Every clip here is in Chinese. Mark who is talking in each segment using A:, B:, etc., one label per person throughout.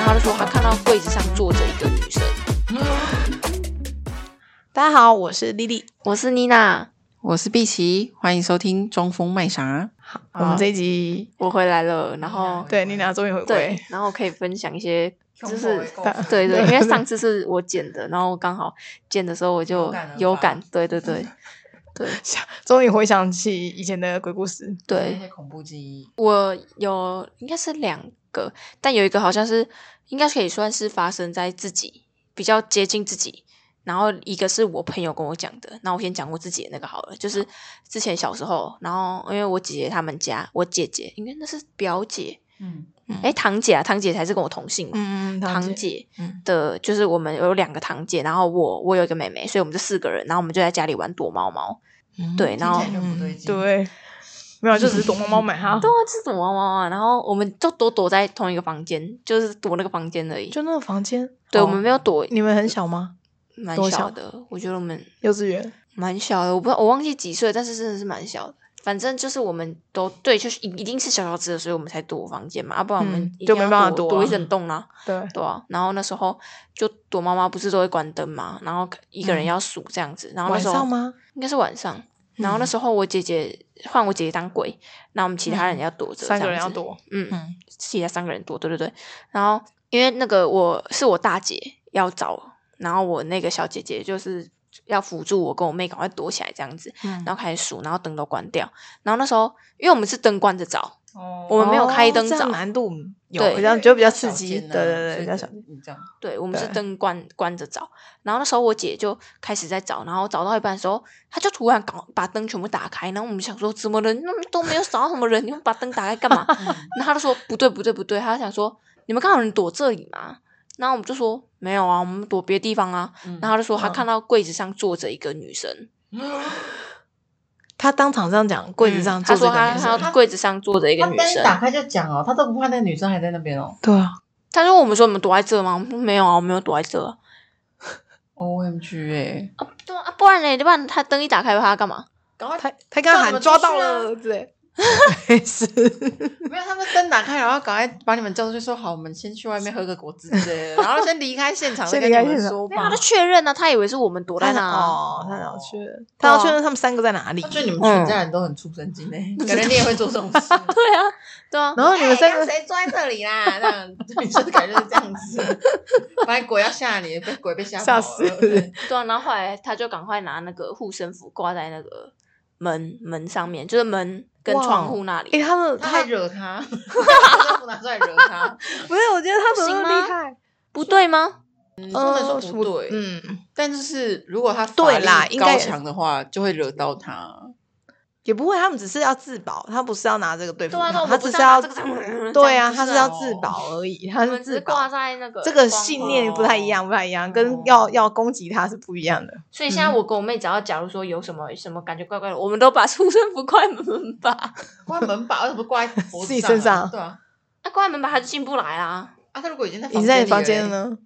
A: 到柜子上坐着一个女生。
B: 大家好，我是丽丽。
A: 我是妮娜，
C: 我是碧琪，欢迎收听装疯卖傻。
B: 我
A: 啊
B: 们这一集
A: 我回来了，然
C: 哦
A: 后
B: 对妮娜终于回归
A: 对，，然后可以分享一些，就是
B: 大
A: 对 对，因为上次是我剪的，然后刚好剪的时候我就
C: 有感而
A: 有
C: 发
A: 感，对对对对
B: 终于回想起以前的鬼故事。
A: 对，
C: 些恐怖记忆，
A: 我有应该是两个，但有一个好像是应该可以算是发生在自己比较接近自己，然后一个是我朋友跟我讲的。那我先讲我自己的那个好了，就是之前小时候，然后因为我姐姐他们家，我姐姐应该那是表姐，
C: 嗯，
A: 诶，堂姐啊，堂姐才是跟我同姓嘛。
B: 嗯，
A: 堂
B: 姐，
A: 姐
C: 嗯
A: 的，就是我们有两个堂姐，然后我我有一个妹妹，所以我们就四个人，然后我们就在家里玩躲猫猫。对然后
C: 听起来就不对
A: 嗯
C: 劲，
B: 对，没有，就只是躲猫猫买 它
A: 对，啊，就是躲猫猫啊，然后我们就都躲在同一个房间，就是躲那个房间而已。
B: 就那个房间。
A: 对，
B: 哦
A: 我们没有躲，
B: 你们很小吗？
A: 蛮
B: 多
A: 小
B: 小
A: 的。我觉得我们
B: 幼稚园？
A: 蛮小的，我不知道我忘记几岁，但是真的是蛮小的。反正就是我们都对，就是一一定是小小只的，所以我们才躲房间嘛，要、不然我们
B: 嗯
A: 一定
B: 就
A: 要
B: 没办法
A: 躲
B: 躲啊
A: 一整栋啦，
B: 对，
A: 对啊。然后那时候就躲猫猫，不是都会关灯嘛，然后一个人要数这样子，然后那
B: 嗯晚
A: 时候
B: 上吗？嗯
A: 应该是晚上。然后那时候我姐姐换我姐姐当鬼，那我们其他人要躲着，
B: 嗯三个
A: 这
B: 人
A: 样
B: 要
A: 子
B: 躲。
A: 嗯，
C: 嗯
A: 其他三个人多，对对对。然后因为那个我是我大姐要找，然后我那个小姐姐就是要辅助我跟我妹赶快躲起来这样子，
C: 嗯
A: 然后开始数，然后灯都关掉。然后那时候因为我们是灯关着找，
C: 哦
A: 我们没有开灯
B: 哦这样
A: 找
B: 难度有，
A: 对
B: 比较就比较刺激。对
C: 哦
B: 对
C: 啊
B: 对，比较小。
C: 你这样，
A: 对我们是
B: 对
A: 灯关关着找。然后那时候我姐就开始在找，然后找到一半的时候，她就突然搞把灯全部打开，然后我们想说怎么人那么都没有找到什么人，你们把灯打开干嘛？
C: 嗯
A: 然后他就说不对不对不对，他想说你们刚好人躲这里嘛，然后我们就说没有啊，我们躲别的地方啊。
C: 嗯
A: 然后他就说他
B: 嗯
A: 看到柜子上坐着一个女生，
B: 他当场这样讲，柜子上
A: 嗯他
B: 坐着
A: 说
B: 一
A: 他
B: 个女
A: 看
B: 生。嗯
A: 到柜子上坐着一个
C: 他
A: 女
C: 灯
A: 生，
C: 打开就讲哦，他都不怕那个女生还在那边哦。
B: 对啊，
A: 他就问我们说我们躲在这吗？我们说没有啊，我没有躲在这啊。
C: O M G 哎，
B: 哦
A: 啊对啊，不然嘞，不然他灯一打开，他要干嘛？
C: 赶快
B: 他他刚刚喊
C: 叫
B: 抓
C: 你们出去啊
B: 到了， 对， 没事。
C: 没有，他们灯打开，然后赶快把你们叫出去，说好，我们先去外面喝个果汁之 类的，然后先离开现场，
B: 先
C: 再
B: 离开
C: 跟你们
B: 现场
C: 说
A: 没有，他
C: 吧
A: 就。确认呢、啊，他以为是我们躲在
B: 他
A: 那、
B: 想
A: 啊。哦
B: 哦，他想确认，他要确认他们三个在哪里
C: 他。觉得你们全家人都很出神 经哎，感觉你也会做这种事。
A: 对啊，对啊，
B: 然哦后你们三
C: 刚
B: 个
C: 哎谁坐在这里啦？这样， 你就是感觉是这样子，把鬼要吓你，被鬼被吓跑
B: 吓
C: 了
B: 死
C: 对
A: 对啊，然后后来他就赶快拿那个护身符挂在那个门门上面，就是门跟
B: 哇
A: 窗户那里。
B: 哎、他 的
C: 他
B: 他
C: 还惹 他，他不拿出来惹他，
B: 不是，我觉得他怎么
A: 行
B: 那
A: 吗
B: 么厉害？呃
A: 不对吗？
C: 嗯不能说不对，
B: 嗯，
C: 但就是如果他
B: 对啦
C: 法力
B: 应
C: 高
B: 该
C: 强的话，就会惹到 他。
B: 也不会，他们只是要自保，他不是要拿这个对付
A: 对啊，那我
B: 他
A: 们
B: 只
A: 不
B: 是
A: 要
B: 要
A: 这个，
B: 对啊，
A: 呀，
B: 他是要自保而已，他
A: 我们
B: 是
A: 只
B: 自
A: 是
B: 保
A: 挂。在那个
B: 这个
A: 窗户
B: 信念不太一样，不太一样，跟
C: 哦
B: 要要攻击他是不一样的。
A: 所以现在我跟我妹，只要假如说有什么什么感觉怪怪的，我们都把护身符挂在门把，
C: 挂门把为什么不挂在脖子
B: 自己身
C: 上啊？
B: 上
C: 对啊，
A: 那挂在门把他就进不来啦。
C: 啊，他如果已经在
B: 已经在你房
C: 间
B: 间
C: 里了欸
B: 了，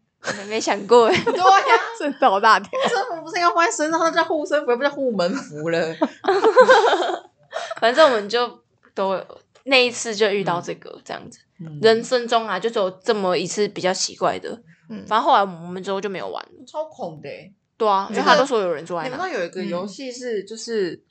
A: 没没想过欸，
C: 欸，对呀，
B: 真的好大条。
C: 护身符不是应该放在身上，那叫护身符，不叫护门符 了。
A: 反正我们就都有那一次就遇到这个这样子，人生中啊就只有这么一次比较奇怪的。
B: 嗯，
A: 反正后来我们之后就没有玩了。
C: 超恐的欸。
A: 对啊，因
C: 你
A: 为
C: 知
A: 他
C: 道
A: 都说有人坐在
C: 你们知
A: 那
C: 道，有一个
B: 嗯
C: 游戏是就是，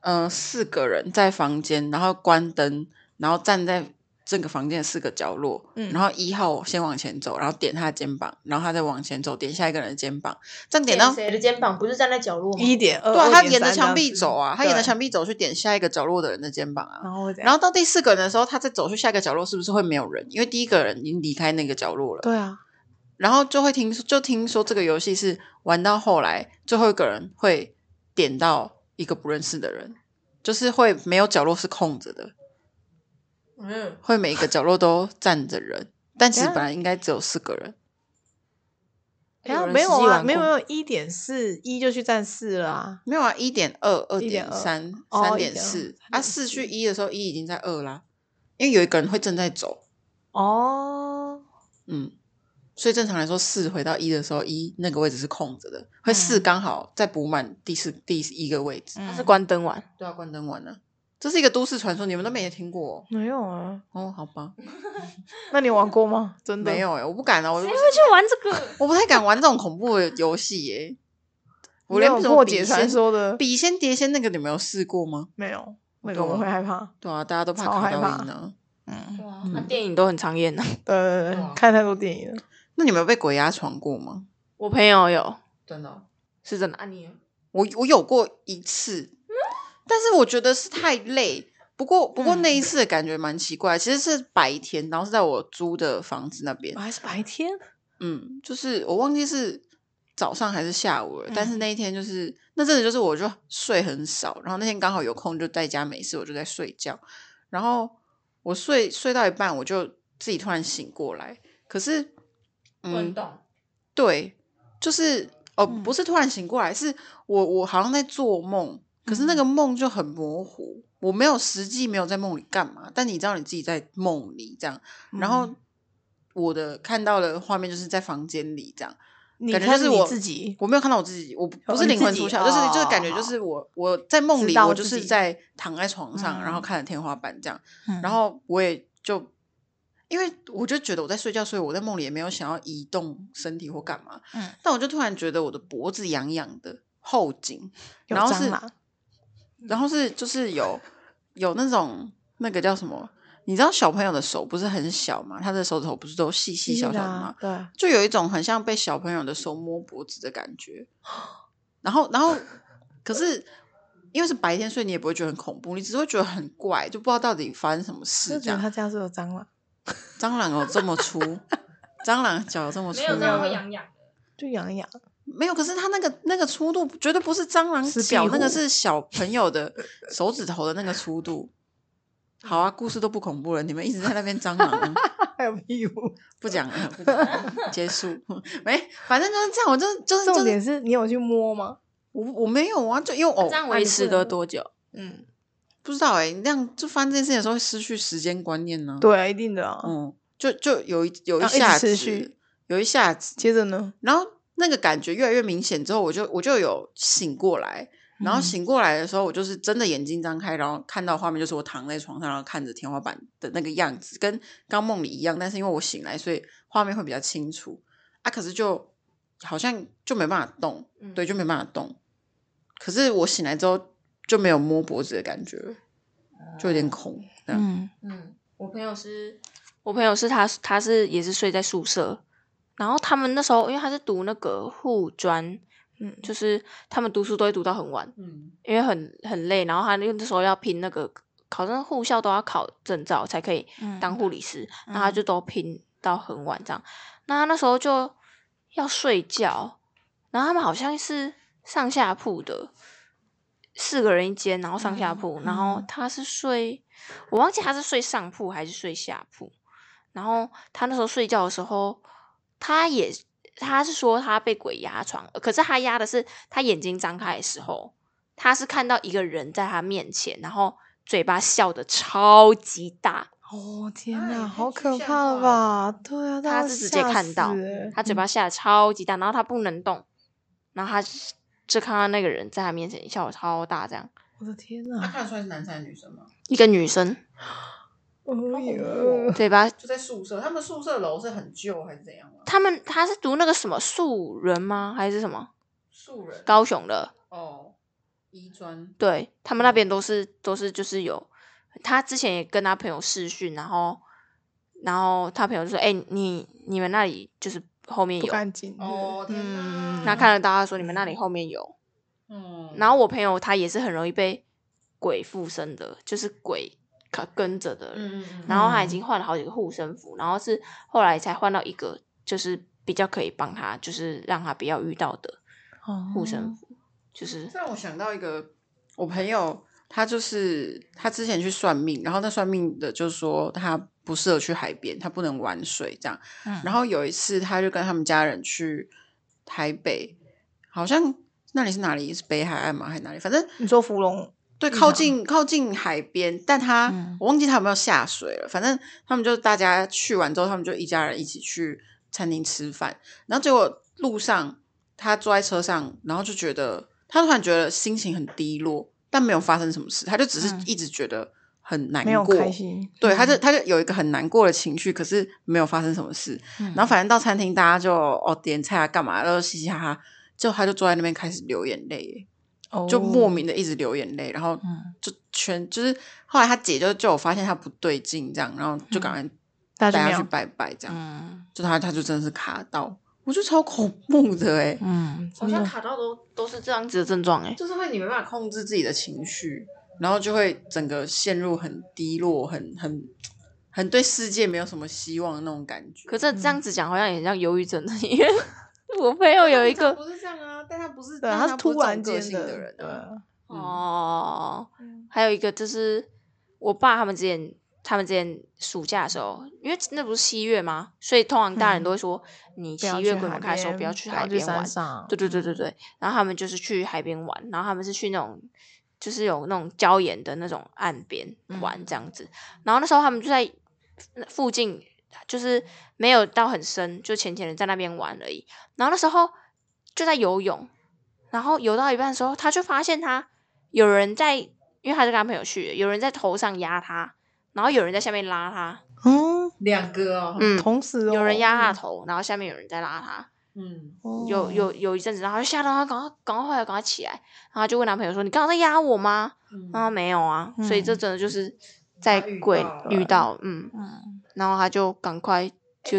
C: 嗯、呃，四个人在房间，然后关灯，然后站在这个房间的四个角落，
B: 嗯
C: 然后一号先往前走，然后点他的肩膀，然后他再往前走，点下一个人的肩膀，这样点到
A: 谁的肩膀？不是站在角落
B: 一点二，
C: 对啊，他
B: 2.3
C: 沿着墙
B: 这
C: 壁
B: 样子
C: 走啊，他沿着
B: 对
C: 墙壁走去点下一个角落的人的肩膀啊。
B: 然后会这样
C: 然后到第四个人的时候，他再走去下一个角落，是不是会没有人？因为第一个人已经离开那个角落了。
B: 对啊，
C: 然后就会听说，就听说这个游戏是玩到后来，最后一个人会点到一个不认识的人，就是会没有角落是空着的，
A: 嗯，
C: 会每一个角落都站着人，但其实
B: 等一
C: 本
B: 下
C: 来应该只有四个人。
B: 然后
C: 哎人
B: 没有
C: 实际玩
B: 啊，
C: 过
B: 没有没有，一点四一就去占四了啊。
C: 没有啊，一点二、二点三、
B: 1.2
C: 三
B: 哦
C: 点四
B: 1.2
C: 啊，四去一的时候，一已经在二啦，因为有一个人会正在走，
B: 哦，
C: 嗯，所以正常来说，四回到一的时候，一那个位置是空着的，
B: 嗯
C: 会四刚好再补满第四第一个位置，
A: 他是关灯玩，
C: 对啊，关灯完了。这是一个都市传说，你们都没听过
B: 没有啊？
C: 哦？哦好吧，
B: 那你玩过吗？真的
C: 没？有哎、我不敢啊，我
A: 谁会去玩这个？
C: 我不太敢玩这种恐怖的游戏 耶。我
B: 你
C: 连
B: 有
C: 什么
B: 破
C: 笔
B: 解
C: 仙
B: 传说的
C: 笔仙碟仙那个你们有试过吗？
B: 没有？
C: 我
B: 那个我
C: 懂
B: 会
C: 了
B: 害怕。
C: 对啊，大家都怕
B: 超
C: 卡
B: 害
C: 到
B: 怕
C: 音啊。
B: 嗯，
A: 哇，
C: 嗯
A: 那电影都很常演的。
B: 对对
C: 对
B: 对
C: 啊，
B: 看太多电影了。
C: 那你们有被鬼压床过吗？
A: 我朋友有，
C: 真的哦、
A: 是真的。啊，你有
C: 我我有过一次，但是我觉得是太累。不过不过
A: 嗯
C: 那一次的感觉蛮奇怪，其实是白天，然后是在我租的房子那边
A: 啊
B: 我。还是白天，
C: 嗯，就是我忘记是早上还是下午了，但是
A: 嗯
C: 那一天就是那阵子就是我就睡很少，然后那天刚好有空就在家没事，我就在睡觉，然后我睡睡到一半我就自己突然醒过来，可是嗯，
A: 动，
C: 对，就是哦，
B: 嗯
C: 不是突然醒过来，是我我好像在做梦，可是那
B: 嗯
C: 个梦就很模糊，我没有实际没有在梦里干嘛，但你知道你自己在梦里这样，然
B: 嗯
C: 后我的看到的画面就是在房间里这样，
B: 你
C: 感觉
B: 看
C: 就是
B: 你
C: 我
B: 自己，
C: 我没有看到我自己，我不不
B: 哦
C: 是
B: 你
C: 灵
B: 自
C: 魂
B: 己
C: 出窍，就是
B: 哦
C: 就是感觉就是我我在梦
B: 知
C: 里，
B: 道
C: 我就
B: 自
C: 是
B: 己
C: 在躺在床上，然后
B: 嗯
C: 看着天花板这样，
B: 嗯
C: 然后我也就。因为我就觉得我在睡觉，所以我在梦里也没有想要移动身体或干嘛。
B: 嗯，
C: 但我就突然觉得我的脖子痒痒的，后颈，
B: 有
C: 然后
B: 蟑
C: 是
B: 螂嗯
C: 然后是就是有有那种那个叫什么？你知道小朋友的手不是很小嘛？他的手指头不是都细细
B: 细
C: 小小
B: 的
C: 的
B: 啊
C: 吗？
B: 对，
C: 就有一种很像被小朋友的手摸脖子的感 觉。然后，然后，可是因为是白天，所以你也不会觉得很恐怖，你只是会觉得很怪，就不知道到底发生什么事。
B: 就
C: 这
B: 觉得他
C: 样，
B: 家是有蟑螂，
C: 蟑螂有这么 粗，蟑螂脚有这么粗
B: 蟑螂
C: 吗？
B: 会痒
A: 痒的。
B: 就痒痒。
C: 没有，可是它那个那个粗度绝对不是蟑螂
B: 是
C: 脚
B: 壁，
C: 那个
B: 虎
C: 是小朋友的手指头的那个粗度。好啊，故事都不恐怖了，你们一直在那边蟑 螂。啊
B: 还有屁股，
C: 不讲了，不讲了，结束。没，反正就是这样。我就就是就
B: 重
C: 是
B: 点是你有去摸吗？
C: 我我没有啊，就因为我、
A: 这样
B: 啊
A: 维
B: 你
A: 持
B: 是
A: 了多久？
B: 嗯，
C: 不知道哎、那样就发生这件事情的时候会失去时间观念呢、
B: 对啊，一定的啊。
C: 嗯，就就有一有一
B: 要一直
C: 下
B: 持
C: 子
B: 续，
C: 有一下子，
B: 接着呢，
C: 然后那个感觉越来越明显之后，我就我就有醒过来，然后
B: 嗯
C: 醒过来的时候，我就是真的眼睛张开，然后看到画面就是我躺在床上，然后看着天花板的那个样子，跟刚梦里一样，但是因为我醒来，所以画面会比较清楚啊。可是就好像就没办法动，
A: 嗯
C: 对，就没办法动。可是我醒来之后就没有摸脖子的感觉了，就有点恐。这样
B: 嗯，
A: 嗯，我朋友是，我朋友是他，他是也是睡在宿舍，然后他们那时候因为他是读那个护专，
B: 嗯
A: 就是他们读书都会读到很晚，
C: 嗯
A: 因为很很累，然后他因为那时候要拼那个考上护校都要考证照才可以
B: 嗯
A: 当护理师，那
B: 嗯
A: 他就都拼到很晚这样。那他那时候就要睡觉，然后他们好像是上下铺的，四个人一间，然后上下铺，
B: 嗯
A: 然后
B: 嗯
A: 他是睡，我忘记他是睡上铺还是睡下铺。然后他那时候睡觉的时候，他也他是说他被鬼压床，可是他压的是他眼睛张开的时候，他是看到一个人在他面前，然后嘴巴笑的超级大，
B: 哦天
C: 啊也
B: 哪，
C: 太
B: 好
C: 具
B: 可
C: 象
B: 怕
C: 化
B: 了吧？对啊，
A: 他
B: 会
A: 是直接
B: 吓
A: 看到
B: 死欸
A: 他嘴巴下的超级大，然后他不能动，然后他就看到那个人在他面前笑得超大，这样
B: 嗯我的天哪！
C: 看得出来是男生还是女生吗？
A: 一个女生
B: 哦
C: 怖
B: 哟
C: 哦，
A: 嘴巴，
C: 就在宿舍，他们宿舍楼是很旧还是怎样啊？
A: 他们他是读那个什么树人吗？还是什么
C: 素人
A: 高雄的？
C: 哦，医专
A: 对他们那边都是都是就是有，他之前也跟他朋友视讯，然后然后他朋友就说：“哎、你你们那里就是后面
B: 不
A: 有。”
B: 干净啊
C: 哦，天哪！
B: 嗯
A: 那看得到他说你们那里后面有，
C: 嗯，
A: 然后我朋友他也是很容易被鬼附身的，就是鬼跟跟着的人。
C: 嗯嗯，
A: 然后他已经换了好几个护身符，然后是后来才换到一个，就是比较可以帮他，就是让他不要遇到的
B: 哦
A: 护身符，就是
C: 这让我想到一个，我朋友他就是他之前去算命，然后那算命的就说他不适合去海边，他不能玩水这样。
B: 嗯
C: 然后有一次他就跟他们家人去台北，好像那里是哪里？是北海岸吗？还是哪里？反正
B: 你说芙蓉，
C: 对，
B: 浴
C: 靠
B: 场
C: 近靠近海边，但他、
B: 嗯
C: 我忘记他有没有下水了。反正他们就大家去完之后，他们就一家人一起去餐厅吃饭，然后结果路上他坐在车上，然后就觉得他突然觉得心情很低落，但没有发生什么事，他就只是
B: 嗯
C: 一直觉得很难
B: 没有
C: 过，
B: 开心，嗯
C: 对，他就他就有一个很难过的情绪，可是没有发生什么事。
B: 嗯
C: 然后反正到餐厅，大家就哦点菜啊干嘛，然后嘻嘻哈哈，就他就坐在那边开始流眼泪耶，
B: 哦
C: 就莫名的一直流眼泪，然后
B: 嗯
C: 就全就是后来他姐就就有发现他不对劲这样，然后就赶快
B: 嗯大家
C: 带
B: 去
C: 他去
B: 庙
C: 拜拜这样，
A: 嗯，
C: 就他他就真的是卡到，我觉得超恐怖的哎、
B: 嗯，
A: 好
B: 真
A: 像
B: 的
A: 卡到都都是这样子的症状哎、
C: 就是会你没办法控制自己的情绪，然后就会整个陷入很低落，很很很对世界没有什么希望的那种感觉。
A: 可是这样
B: 嗯
A: 子讲好像也像忧郁症的， 因为我朋友有一
C: 他
A: 个
C: 不是这样啊，但他不是，
B: 对
C: 但
B: 啊，
C: 他
B: 他是
C: 不
B: 突然
C: 这种个
B: 间
C: 性的人
B: 对
C: 啊。
B: 啊，
C: 嗯
A: 哦，
B: 嗯
A: 还有一个就是我爸他们之前，他们之前暑假的时候，因为那不是七月吗？所以通常大人
B: 嗯
A: 都会说，你
B: 不要
A: 七
B: 去
A: 月鬼门开的时候不要去海边玩
B: 山。上，
A: 对对对对对，然后他们就是去海边玩，然后他们是去那种就是有那种礁岩的那种岸边玩这样子，然后那时候他们就在附近，就是没有到很深，就浅浅的在那边玩而已。然后那时候就在游泳，然后游到一半的时候，他就发现他有人在，因为他是跟他朋友去的，有人在头上压他，然后有人在下面拉他，
B: 嗯，
C: 两个哦，
A: 嗯，
B: 同时哦
A: 有人压他的头，然后下面有人在拉他，
C: 嗯，
B: 哦
A: 有有有一阵子，然后就吓到她，赶快赶快后来赶快起来，然后就问男朋友说：“你刚刚在压我吗？”
C: 嗯
A: 然后没有啊，所以这
B: 嗯
A: 真的就是在
C: 她遇
A: 鬼
C: 到
A: 遇
B: 了
A: 到，嗯，
B: 嗯
A: 然后他就赶快
C: 就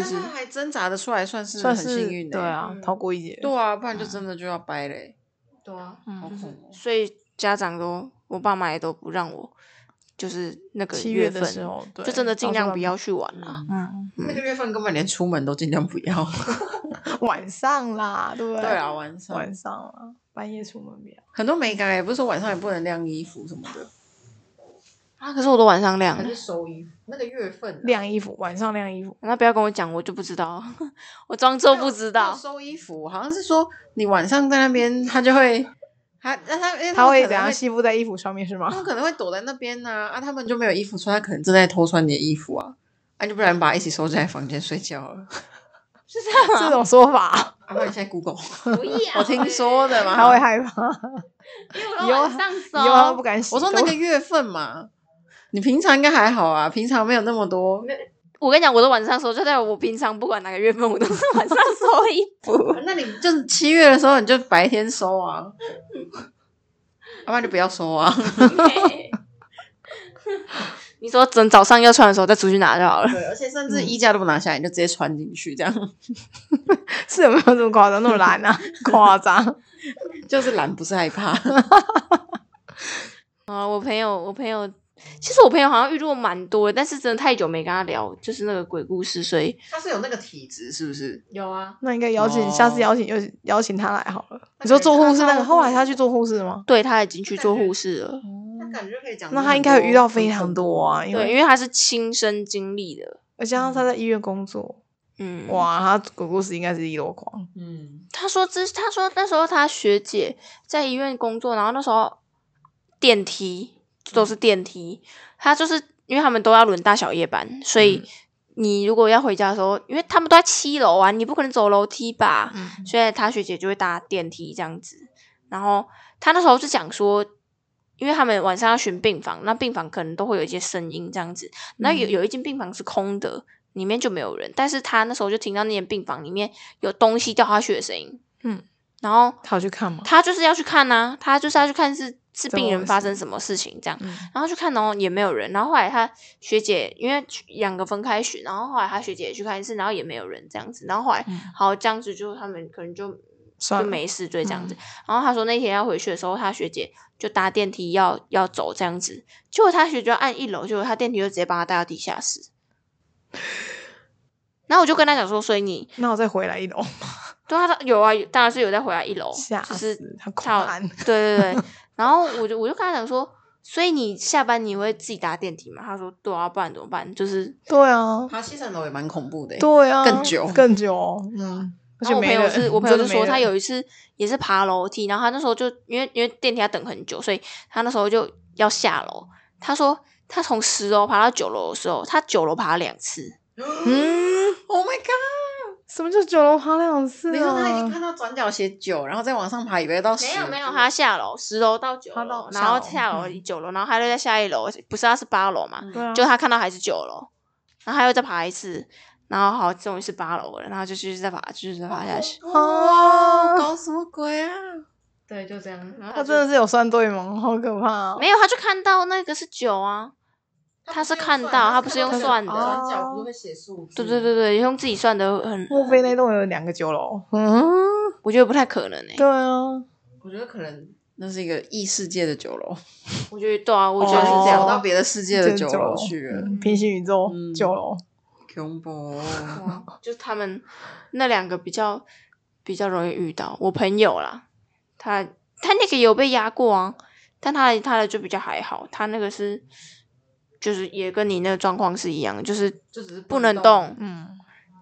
A: 就是
C: 是还挣扎的出来，算是
B: 算
C: 很幸运
B: 是
C: 的。欸
B: 对啊
A: 嗯，
B: 逃过一劫，
C: 对啊，不然就真的就要掰嘞，
A: 对啊，
C: 好
B: 嗯，
C: 恐怖。
A: 所以家长都我爸妈也都不让我，就是那个
B: 七月的
A: 份
B: 时候，对，
A: 就真的
B: 到
A: 尽
B: 处
A: 量
B: 乱
A: 不要去玩啦、
B: 嗯，
C: 那个月份根本连出门都尽量不要。
B: 晚上啦，对不 对？
C: 对啊，晚上
B: 晚上啦，半夜出门不要。
C: 很多美感也不是说晚上也不能晾衣服什么的，
A: 啊。可是我都晚上晾了，
C: 收衣服。那个月份啊
B: 晾衣服，晚上晾衣服，
A: 那不要跟我讲，我就不知道， 哎我装作不知
C: 没有
A: 道。
C: 收衣服，好像是说你晚上在那边，他就会，他那他因为
B: 他
C: 们
B: 会
C: 可
B: 怎
C: 能
B: 样吸附在衣服上面是
C: 他
B: 吗？
C: 们可能会躲在那边呢、啊，他们就没有衣服穿，他可能正在偷穿你的衣服啊，啊，就不然把它一起收进来房间睡觉 了。
A: 是这样
B: 这种说法，
C: 啊，不然你现在 Google，
A: 啊，不要
C: 我听说的嘛
B: 他会害怕，
A: 因为
B: 以后
A: 我晚上
B: 以后他不敢洗。
C: 我说那
B: 都
C: 个月份嘛，你平常应该还好啊，平常没有那么多。
A: 我跟你讲，我都晚上收，就在我平常不管哪个月份，我都是晚上收衣服。
C: 那你就是 七月的时候，你就白天收啊，要、不然就不要收啊。
A: 你说等早上要穿的时候再出去拿就好了。
C: 对，而且 甚至衣架都不拿下来，你就直接穿进去，这样
B: 是有没有这么夸张？那么懒啊， 夸张。
C: 就是懒，不是害怕。
A: 啊，我朋友，我朋友，其实我朋友好像遇过蛮多的，但是真的太久没跟他聊，就是那个鬼故事，所以
C: 他是有那个体质，是不是？
A: 有啊。
B: 那应该邀请，
C: 哦
B: 下次邀请就邀请他来好了。
C: 那
B: 你说做
C: 可以
B: 护士
C: 看
B: 那
C: 到
B: 个，后来他去做护士吗？
A: 对，他已经去做护士了。
C: 他感觉可以讲
B: 那他应该有遇到非常多啊，因
A: 哦对，因
B: 为
A: 为他是亲身经历的。
B: 而且他他在医院工作，
A: 嗯，
B: 哇，他鬼故事应该是一箩筐。
C: 嗯，
A: 他说之，他说那时候他学姐在医院工作，然后那时候电梯都是电梯，他就是因为他们都要轮大小夜班，所以你如果要回家的时候，因为他们都在七楼啊，你不可能走楼梯吧，
B: 嗯
A: 所以他学姐就会搭电梯这样子。然后他那时候就讲说，因为他们晚上要巡病房，那病房可能都会有一些声音这样子。那有
B: 嗯
A: 有一间病房是空的，里面就没有人，但是他那时候就听到那间病房里面有东西掉下去的声音。
B: 嗯，
A: 然后
B: 他有 去看吗？
A: 他就是要去看呐、他就是要去看是是
B: 怎么
A: 病人
B: 回
A: 发
B: 事
A: 生什么事情这样。
B: 嗯
A: 然后去看，然后也没有人。然后后来他学姐因为两个分开巡，然后后来他学姐也去看一次，然后也没有人这样子。然后后来、
B: 嗯
A: 好这样子就他们可能就
B: 算
A: 就
B: 了嗯
A: 没事，对这样子。然后他说那天要回去的时候，他学姐就搭电梯要要走这样子，结果他学姐就按一楼，结果他电梯就直接把他带到地下室。然后我就跟他讲说，所以你
B: 那我再回来一楼，
A: 对他有啊，当然是有再回来一楼，
B: 吓
A: 就
B: 死
A: 是
B: 他
A: 跳
B: 恐安。
A: 对对对，然后我就我就跟他讲说，所以你下班你会自己搭电梯吗？他说对啊，不然怎么办？就是
B: 对啊，
C: 爬西山楼也蛮恐怖的。，欸
B: 对啊，
C: 更久
B: 更久，嗯。而
A: 然啊后
B: 且
A: 我朋
B: 没
A: 友
B: 人
A: 是我朋友
B: 真
A: 就
B: 的
A: 说
B: 没
A: 他
B: 人
A: 有一次也是爬楼梯，然后他那时候就因为因为电梯要等很久，所以他那时候就要下楼。他说他从 十楼爬到九楼的时候，他九楼爬了两次，
B: 嗯
C: Oh my god！
B: 什么叫九楼爬两次
C: 你说他已经
B: 啊？
C: 看到转角写九，然后再往上爬，以为到十，
A: 没有没有，他下楼十楼到九
B: 他
A: 楼
B: 到，
A: 然后
B: 下
A: 下
B: 楼嗯
A: 楼九楼，然后他又在下一楼，不是他是八楼嘛，
C: 嗯
B: 对啊，
A: 就他看到还是九楼，然后他又再爬一次，然后好终于是八楼了，然后就继续再爬，继续再爬下去。
C: 哦，搞什么鬼啊？
A: 对，就这样。然后
B: 他真的是有算对吗？好可怕哦！
A: 没有，他就看到那个是九啊，他是看到，他不是用算
B: 哦
A: 的。
C: 转角不是会写数字？
A: 对对，对对，用自己算的很，
B: 莫非那栋有两个九楼？嗯，
A: 我觉得不太可能欸诶、
B: 对啊，
C: 我觉得可能那是一个异世界的九楼，
A: 我觉得对啊，我觉
C: 就
A: 得
C: 是
A: 是这
C: 讲
A: 样。
C: 到别的世界的九楼去了。
B: 嗯平行宇宙
C: 嗯
B: 九楼。
C: 恐怖，
A: 哇就是他们那两个比较比较容易遇到。我朋友啦，他他那个有被压过啊，但他的他的就比较还好，他那个是就是也跟你那个状况是一样的，就是
C: 就只是
A: 不能动，
B: 嗯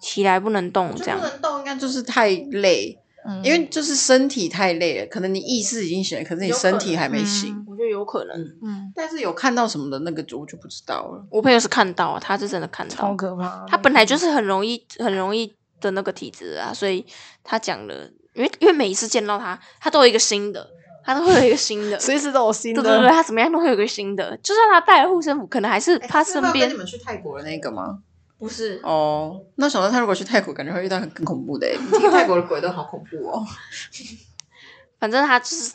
A: 起来不能动
C: 就
A: 这
C: 不
A: 样。
C: 能动，应该就是太累，
B: 嗯
C: 因为就是身体太累了，可能你意识已经醒了，可是你身体还没醒。
A: 我觉得有可能，
C: 嗯，
B: 嗯，
C: 但是有看到什么的那个就我就不知道了。
A: 我朋友是看到，啊他是真的看
B: 超
A: 到，
B: 可怕。。
A: 他本来就是很容易很容易的那个体质啊，所以他讲了，因为因为每一次见到他，他都有一个新的，他都会有一个新的
B: 随时都有新
A: 对对对，
B: 的，
A: 他怎么样都会有一个新的，就算他带了护身符，可能还
C: 哎
A: 是怕身边、
C: 们去泰国的那个吗？
A: 不是
C: 哦，那想到他如果去泰国，感觉会遇到很更恐怖的 欸。听泰国的鬼都好恐怖哦。
A: 反正他就是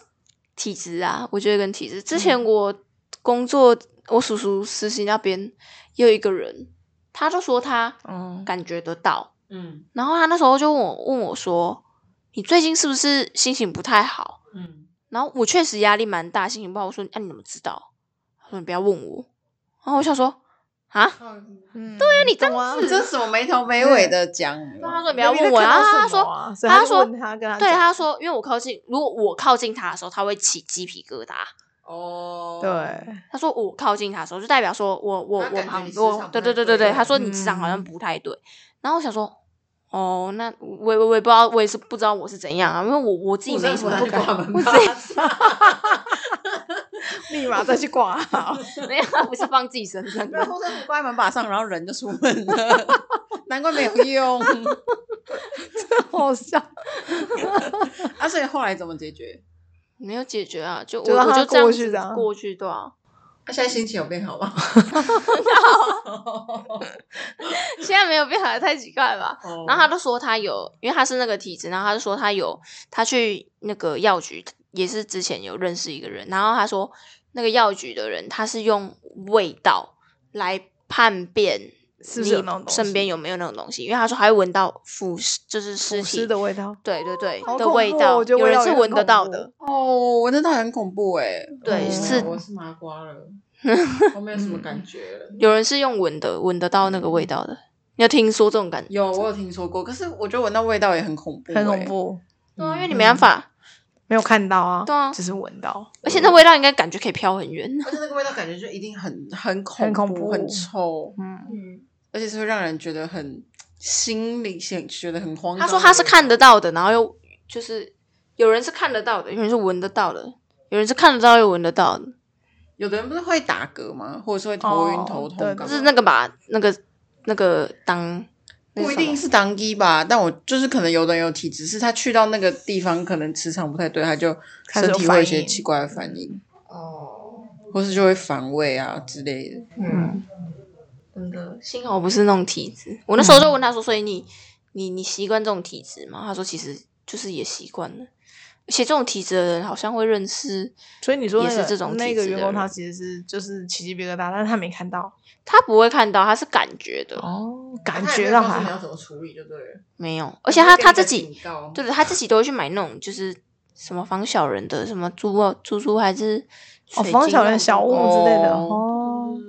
A: 体质啊，我觉得跟体质。之前我工作，我叔叔实习那边有一个人，他就说他
B: 嗯，
A: 感觉得到，
C: 嗯
A: 然后他那时候就问我问我说，你最近是不是心情不太好？
C: 嗯，
A: 然后我确实压力蛮大，心情不好。我说，啊那、你怎么知道？他说你不要问我。然后我想说，啊，
B: 对啊，
A: 你
B: 懂啊，
C: 这是什么没头没尾的讲？
A: 那他说你不要问我，然后他说，
B: 啊所以
A: 他
B: 就
A: 说
B: 问他跟他
A: 对，
B: 讲
A: 他说，因为我靠近，如果我靠近他的时候，他会起鸡皮疙瘩。
C: 哦，
B: 对，
A: 他说我靠近他的时候，就代表说我我
C: 他
A: 我
C: 感觉
A: 旁
C: 你磁场
A: 我
C: 不
A: 对
C: 太
A: 对对对，
C: 对
A: 他说你磁场好像
B: 嗯
A: 不太对。然后我想说，哦，那我我我也不知道，我也是不知道我是怎样啊，因为我我自己没什么不敢，
C: 不自己。
B: 立马再去挂号。
A: 没有，他不是放自己身上
C: 那
A: 的。
C: 护身符挂在门把上，然后人就出门了， 难怪没有用。
B: 好 笑，
C: 啊，所以后来怎么解决？
A: 没有解决啊，就我
B: 就让
A: 我就
B: 他
A: 这样
B: 过去
A: 子
B: 这样
A: 过去对啊。
C: 那、现在心情有变好吗？
A: 现在没有变好，太奇怪了吧？
C: 哦
A: 然后他就说他有，因为他是那个体质，然后他就说他有，他去那个药局也是之前有认识一个人，然后他说那个药局的人他是用味道来判别
B: 是不是有
A: 你
B: 那种东西
A: 身边有没有那种东西，因为他说还会闻到腐就是尸
B: 腐
A: 体
B: 尸的味道，
A: 对对对
B: 好
A: 的
B: 恐
A: 味
B: 怖哦
A: 道，
B: 我觉得
A: 有
B: 味
A: 人
B: 道
A: 是
B: 也很
A: 闻得
B: 恐
A: 到
B: 怖
A: 的，
C: 哦，我那道很恐怖哎、
A: 对
B: 哦
A: 是
C: 我是麻 瓜了，我没有
B: 什么感
C: 觉了。
A: 有人是用闻的闻得到那个味道的，你有听说这种感觉？
C: 有，我有听说过，可是我觉得闻到味道也很恐怖、欸
B: 很恐。怖，
A: 对啊，因为
C: 嗯
A: 你没办法，
B: 没有看到啊，
A: 对啊
B: 只是闻到，
A: 而且那味道应该感觉可以飘很远。
C: 而且那个味道感觉就一定很很恐
B: 很恐怖
C: 很臭，
B: 嗯，
A: 嗯。
C: 而且是会让人觉得很心里想觉得很慌。
A: 他说他是看得，到的，然后又就是有人是看得到的，有人是闻得到的，有人是看得到又闻得到的，
C: 有的人不是会打嗝吗？或者是会头晕
B: 哦
C: 头痛
B: 对
C: 干嘛？
B: 对
A: 就是那个吧，那个那个当那
C: 不
A: 是
C: 一
A: 什么
C: 定是当机吧，但我就是可能有的人有体质，是他去到那个地方，可能磁场不太对，他就
B: 开始
C: 身
B: 有
C: 体会有一
B: 反
C: 些
B: 应
C: 奇怪的反应，哦，或是就会反胃啊之类的。
A: 真的，幸好我不是那种体质。我那时候就问他说：“所以你你你习惯这种体质吗？”他说：“其实就是也习惯了。”而且这种体质的人好像会认识，
B: 所以你说
A: 也
B: 那
A: 是
B: 个
A: 这种
B: 那
A: 体
B: 个
A: 质
B: 员
A: 的
B: 工他
A: 人
B: 其实是就是起鸡皮疙瘩，但是他没看到
A: 他不会看到，他是感觉的，
C: 嗯
B: 哦，感觉到还好，
C: 怎么处理就对了，
A: 没有。而且他他自己，
C: 对
A: 对的，他自己都会去买那种就是什么防小人的，什么猪肉猪猪还是
B: 哦，
A: 水
B: 方
A: 晶啊
B: 小
A: 那
B: 人
A: 种
B: 小
A: 东
B: 物
A: 西
B: 之类的
C: 哦
B: 哦，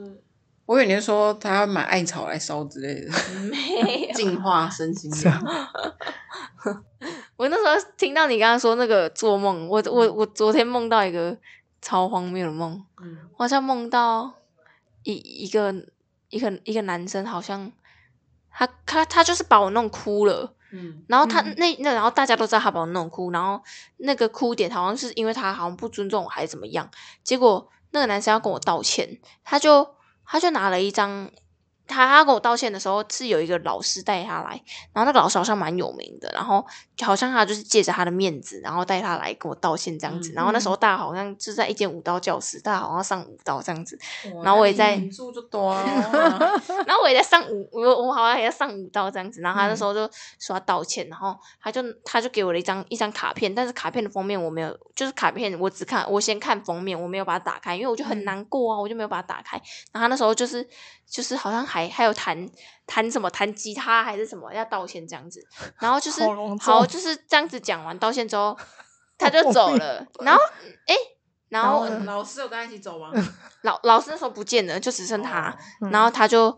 C: 我以为你是说他要买艾草来烧之类的，
A: 没有。
C: 净化身 心灵。
A: 我那时候听到你刚刚说那个做梦，我我我昨天梦到一个超荒谬的梦，
C: 嗯
A: 我好像梦到一一个一个一个男生，好像他他他就是把我弄哭了。
C: 嗯
A: 然后他、
B: 嗯
A: 那那，然后大家都知道他把我弄哭，然后那个哭点好像是因为他好像不尊重我还是怎么样，结果那个男生要跟我道歉，他就他就拿了一张他他跟我道歉的时候是有一个老师带他来，然后那个老师好像蛮有名的，然后好像他就是借着他的面子，然后带他来跟我道歉这样子。
C: 嗯
A: 然后那时候大家好像就是在一间舞蹈教室，大家好像上舞蹈这样子，然后我也在
C: 你住就多 啊，
A: 然后我也在上舞，我我好像也在上舞蹈这样子。然后
B: 嗯
A: 他那时候就说要道歉，然后他就他就给我了一张一张卡片，但是卡片的封面我没有，就是卡片我只看我先看封面，我没有把它打开，因为我就
B: 嗯
A: 很难过啊，我就没有把它打开。然后他那时候就是就是好像还还有弹弹什么弹吉他还是什么要道歉这样子，然后就是
B: 好隆重
A: 好就是这样子讲完道歉之后他就走了，然后诶，然后
B: 哦然后呢
C: 老师有跟他一起走吗？
A: 老老师那时候不见了，就只剩他。
B: 嗯
A: 然后他就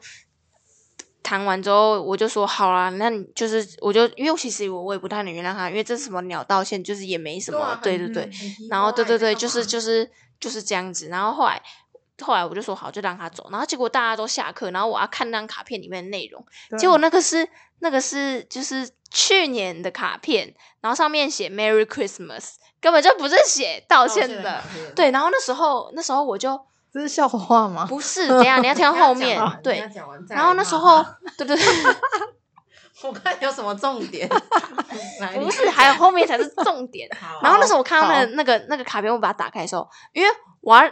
A: 谈完之后，我就说好啦，那你就是我就因为其实我我也不太能原谅他，因为这是什么鸟道歉，就是也没什
C: 啊
A: 么，对啊嗯对对。然后对对对，就是就是就是这样子。然后后来后来我就说好，就让他走。然后结果大家都下课，然后我要看那张卡片里面的内容，
B: 啊
A: 结果那个是那个是就是去年的卡片，然后上面写 Merry Christmas，根本就不是写道歉的。，对，然后那时候那时候我就
B: 这是笑话吗？
A: 不 是，等一下你要听到后面，对，，然后那时候，对对对，
C: 我看有什么重点，
A: 不是，还有后面才是重点。
C: 啊
A: 然后那时候我看到那个那个那个卡片，我把它打开的时候，因为我要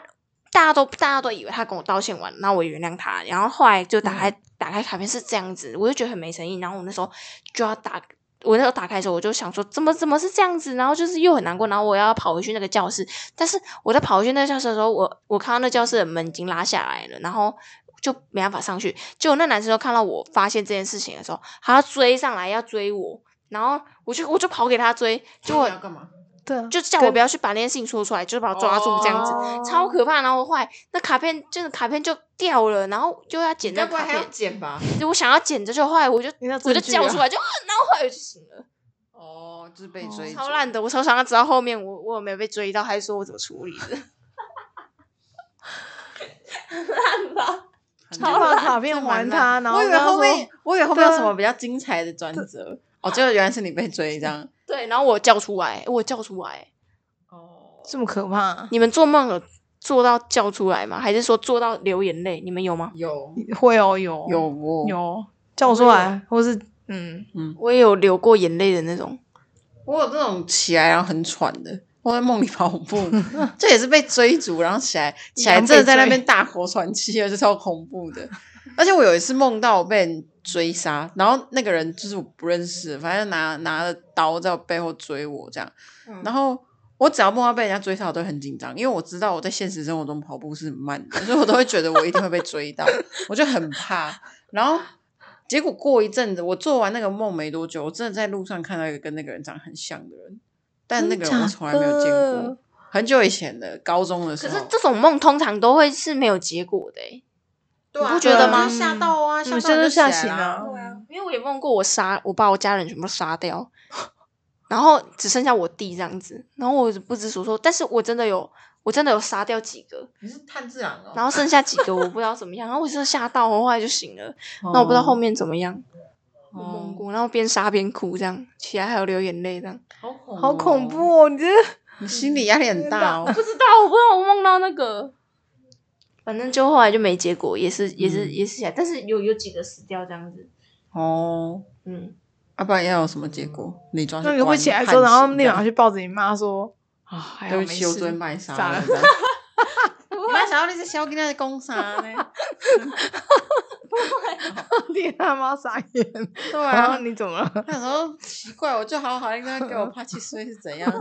A: 大家都大家都以为他跟我道歉完，然后我原谅他，然后后来就打开、打开卡片是这样子，我就觉得很没诚意。然后我那时候就要打，我那时候打开的时候，我就想说怎么怎么是这样子，然后就是又很难过，然后我要跑回去那个教室，但是我在跑回去那个教室的时候，我我看到那教室的门已经拉下来了，然后。就没办法上去，结果那男生就看到我发现这件事情的时候，他追上来要追我，然后我就我就跑给他追，结果
C: 干嘛？
B: 对啊，
A: 就叫我不要去把那件事情说出来，就是把我抓住这样子，
B: 哦
A: 超可怕。然后后来那卡片就是卡片就掉了，然后就要捡那
C: 该不会
A: 卡
C: 还要嗯
A: 片，
C: 剪吧？
A: 就我想要捡这就后来我就、
B: 你那
A: 我就
B: 证据啊
A: 叫出来就，啊然后后来我就醒了，
C: 哦，就是被追，
A: 超烂的。我超想要知道后面我我有没有被追到，还是说我怎么处理的。 烂吧，
B: 就把卡片还他，然后
C: 我以为
B: 跟他
C: 后面啊
B: 说，
C: 我以为后面有什么比较精彩的转折，哦，结果原来是你被追这样。
A: 对，然后我叫出来，我叫出来。
C: 哦，
B: 这么可怕，
A: 你们做梦有做到叫出来吗？还是说做到流眼泪？你们有吗？
C: 有
B: 会哦，有
C: 有哦，
B: 有叫我出来，或是嗯，
A: 我也有流过眼泪的那种。
C: 我有这种起来然后很喘的，我在梦里跑步，这也是被追逐，然后起来起来真的在那边大口喘气，而且超恐怖的。而且我有一次梦到我被人追杀，然后那个人就是我不认识的，反正拿拿着刀在我背后追我这样，
A: 嗯
C: 然后。我只要梦到被人家追杀，我都会很紧张，因为我知道我在现实生活中跑步是很慢的，所以我都会觉得我一定会被追 到，我就很怕。然后结果过一阵子，我做完那个梦没多久，我真的在路上看到一个跟那个人长很像的人，但那个人我从来没有见
B: 真
C: 过
B: 的，
C: 很久以前的高中的时
A: 可
C: 候。
A: 是这种梦通常都会是没有结果的、欸，
C: 对啊
A: 你不觉得吗
C: 就是吓到啊，吓
B: 嗯
C: 到就
B: 这就吓
C: 醒
B: 醒了
A: 对啊，因为我也梦过我杀，我把我家人全部杀掉， 然后只剩下我弟这样子，然后我不知所措。但是我真的有，我真的有杀掉几个，
C: 你是炭治郎哦
A: 然后剩下几个我不知道怎么 样，然后我真的吓到，我后来就醒了，
C: 后
A: 那我不知道后面怎么样，我
C: 哦
A: 梦过，然后边杀边哭这样，起来还有流眼泪这样。
C: 好恐
B: 好恐，怖哦，你这
C: 你心理压力很大哦。
A: 不知道， 我不知道我梦到那个，反正就后来就没结果，也是也是、
C: 嗯
A: 也是起来，但是有有几个死掉这样子，
C: 哦，
A: 嗯，
C: 要不然要有什么结果？你抓去
B: 那你会
C: 关
B: 起来之
C: 判
B: 后，然
C: 刑
B: 后立
C: 这
B: 马
C: 样
B: 去抱着你妈说 啊，还好
C: 对
B: 没
C: 不起，我昨
B: 事
C: 天把你杀
B: 咋
C: 了
B: 了
C: 这 样。我没想到你是小跟他的攻杀 呢，
B: 你他妈傻眼，
C: 对
B: 然
C: 啊
B: 后，你怎么了？
C: 他想说奇怪，我就好好的跟他给我趴起睡是怎 样？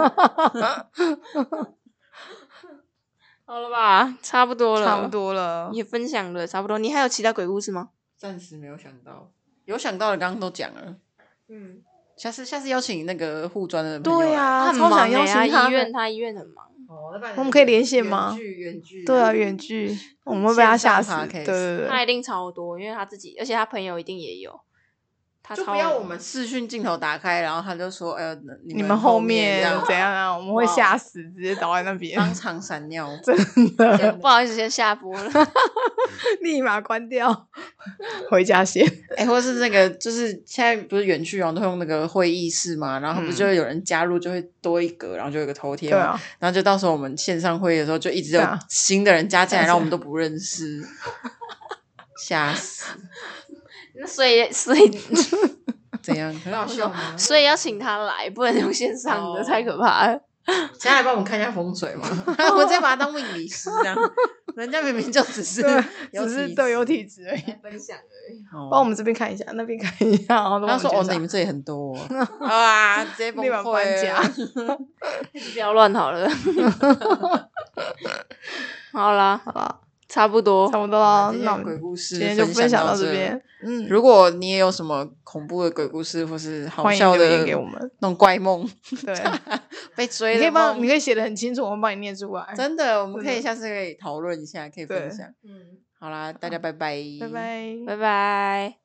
A: 好了吧，差不多了，
B: 差不，多了，
A: 也分享了差不多。你还有其他鬼故事吗？
C: 暂时没有想到，有想到的刚刚都讲了。
A: 嗯，
C: 下次下次邀请那个护专的朋友来
B: 对啊，
A: 他很
B: 超
A: 忙
B: 想邀
A: 欸，他
B: 请他
A: 医
B: 的
A: 院他医院很忙，
C: 哦，那不然
B: 我们可以连线吗
C: 远距远距
B: 对啊，远距，我们会被他吓死。
C: 线上
B: 对
C: podcast
B: 对
A: 他
B: 对，
A: 一定超多，因为他自己，而且他朋友一定也有，他
C: 就
A: 超
C: 不要我们视讯镜头打开，然后他就说：“哎呦，你
B: 你
C: 你
B: 们
C: 后
B: 后面
C: 这样
B: 怎样啊？我们会吓死，直接倒在那边，
C: 当场闪尿。
B: 真的，
A: 不好意思，先下播 了。
B: 立马关掉， 回家先。
C: 哎、或是那个，就是现在不是远距然后都用那个会议室嘛，然后不
B: 嗯
C: 就有人加入就会多一格，然后就有一个头贴
B: 对
C: 嘛，
B: 啊，
C: 然后就到时候我们线上会议的时候就一直有
B: 对啊
C: 新的人加进来，
B: 对啊
C: 然后我们都不认识。吓死！
A: 那所以所 以？
C: 怎样？很好笑 吗
A: 所以要请他来，不能用线上的，
C: 哦
A: 太可怕了。
C: 现在来帮我们看一下风水嘛， 我们再把它当命理师这样。人家明明就只是有
B: 只是
C: 体
B: 对
C: 质
B: 有体质而已。
A: 分享而已。
C: 哦
B: 帮我们这边看一下，那边看一下，然后都
C: 他
B: 帮
C: 说：“
B: 我
C: 哦
B: 们，
C: 你
B: 介
C: 们
B: 绍
C: 这里很多哦 啊，直接崩
B: 立马
C: 溃
B: 搬
C: 了
B: 家。
A: 不要乱好 了。好啦，
B: 好了，
A: 差不多
B: 差。不多了
C: 好，今天
B: 那我
C: 的鬼
B: 们
C: 故事
B: 今天就分享
C: 到
B: 这边。。嗯，
C: 如果你也有什么恐怖的鬼故事，或是好
B: 欢迎
C: 笑
B: 留
C: 的
B: 言给我们。
C: 那种怪梦，
B: 对，
C: 被追
B: 你
C: 的
B: 可以帮，
C: 梦
B: 你可以写的很清楚，我们帮你念出来。
C: 真的，我们
B: 真
C: 可以
B: 的
C: 下次可以讨论一下，可以
B: 对
C: 分享。
A: 嗯，
C: 好啦，大家拜拜，
B: 拜。拜。
A: 拜拜。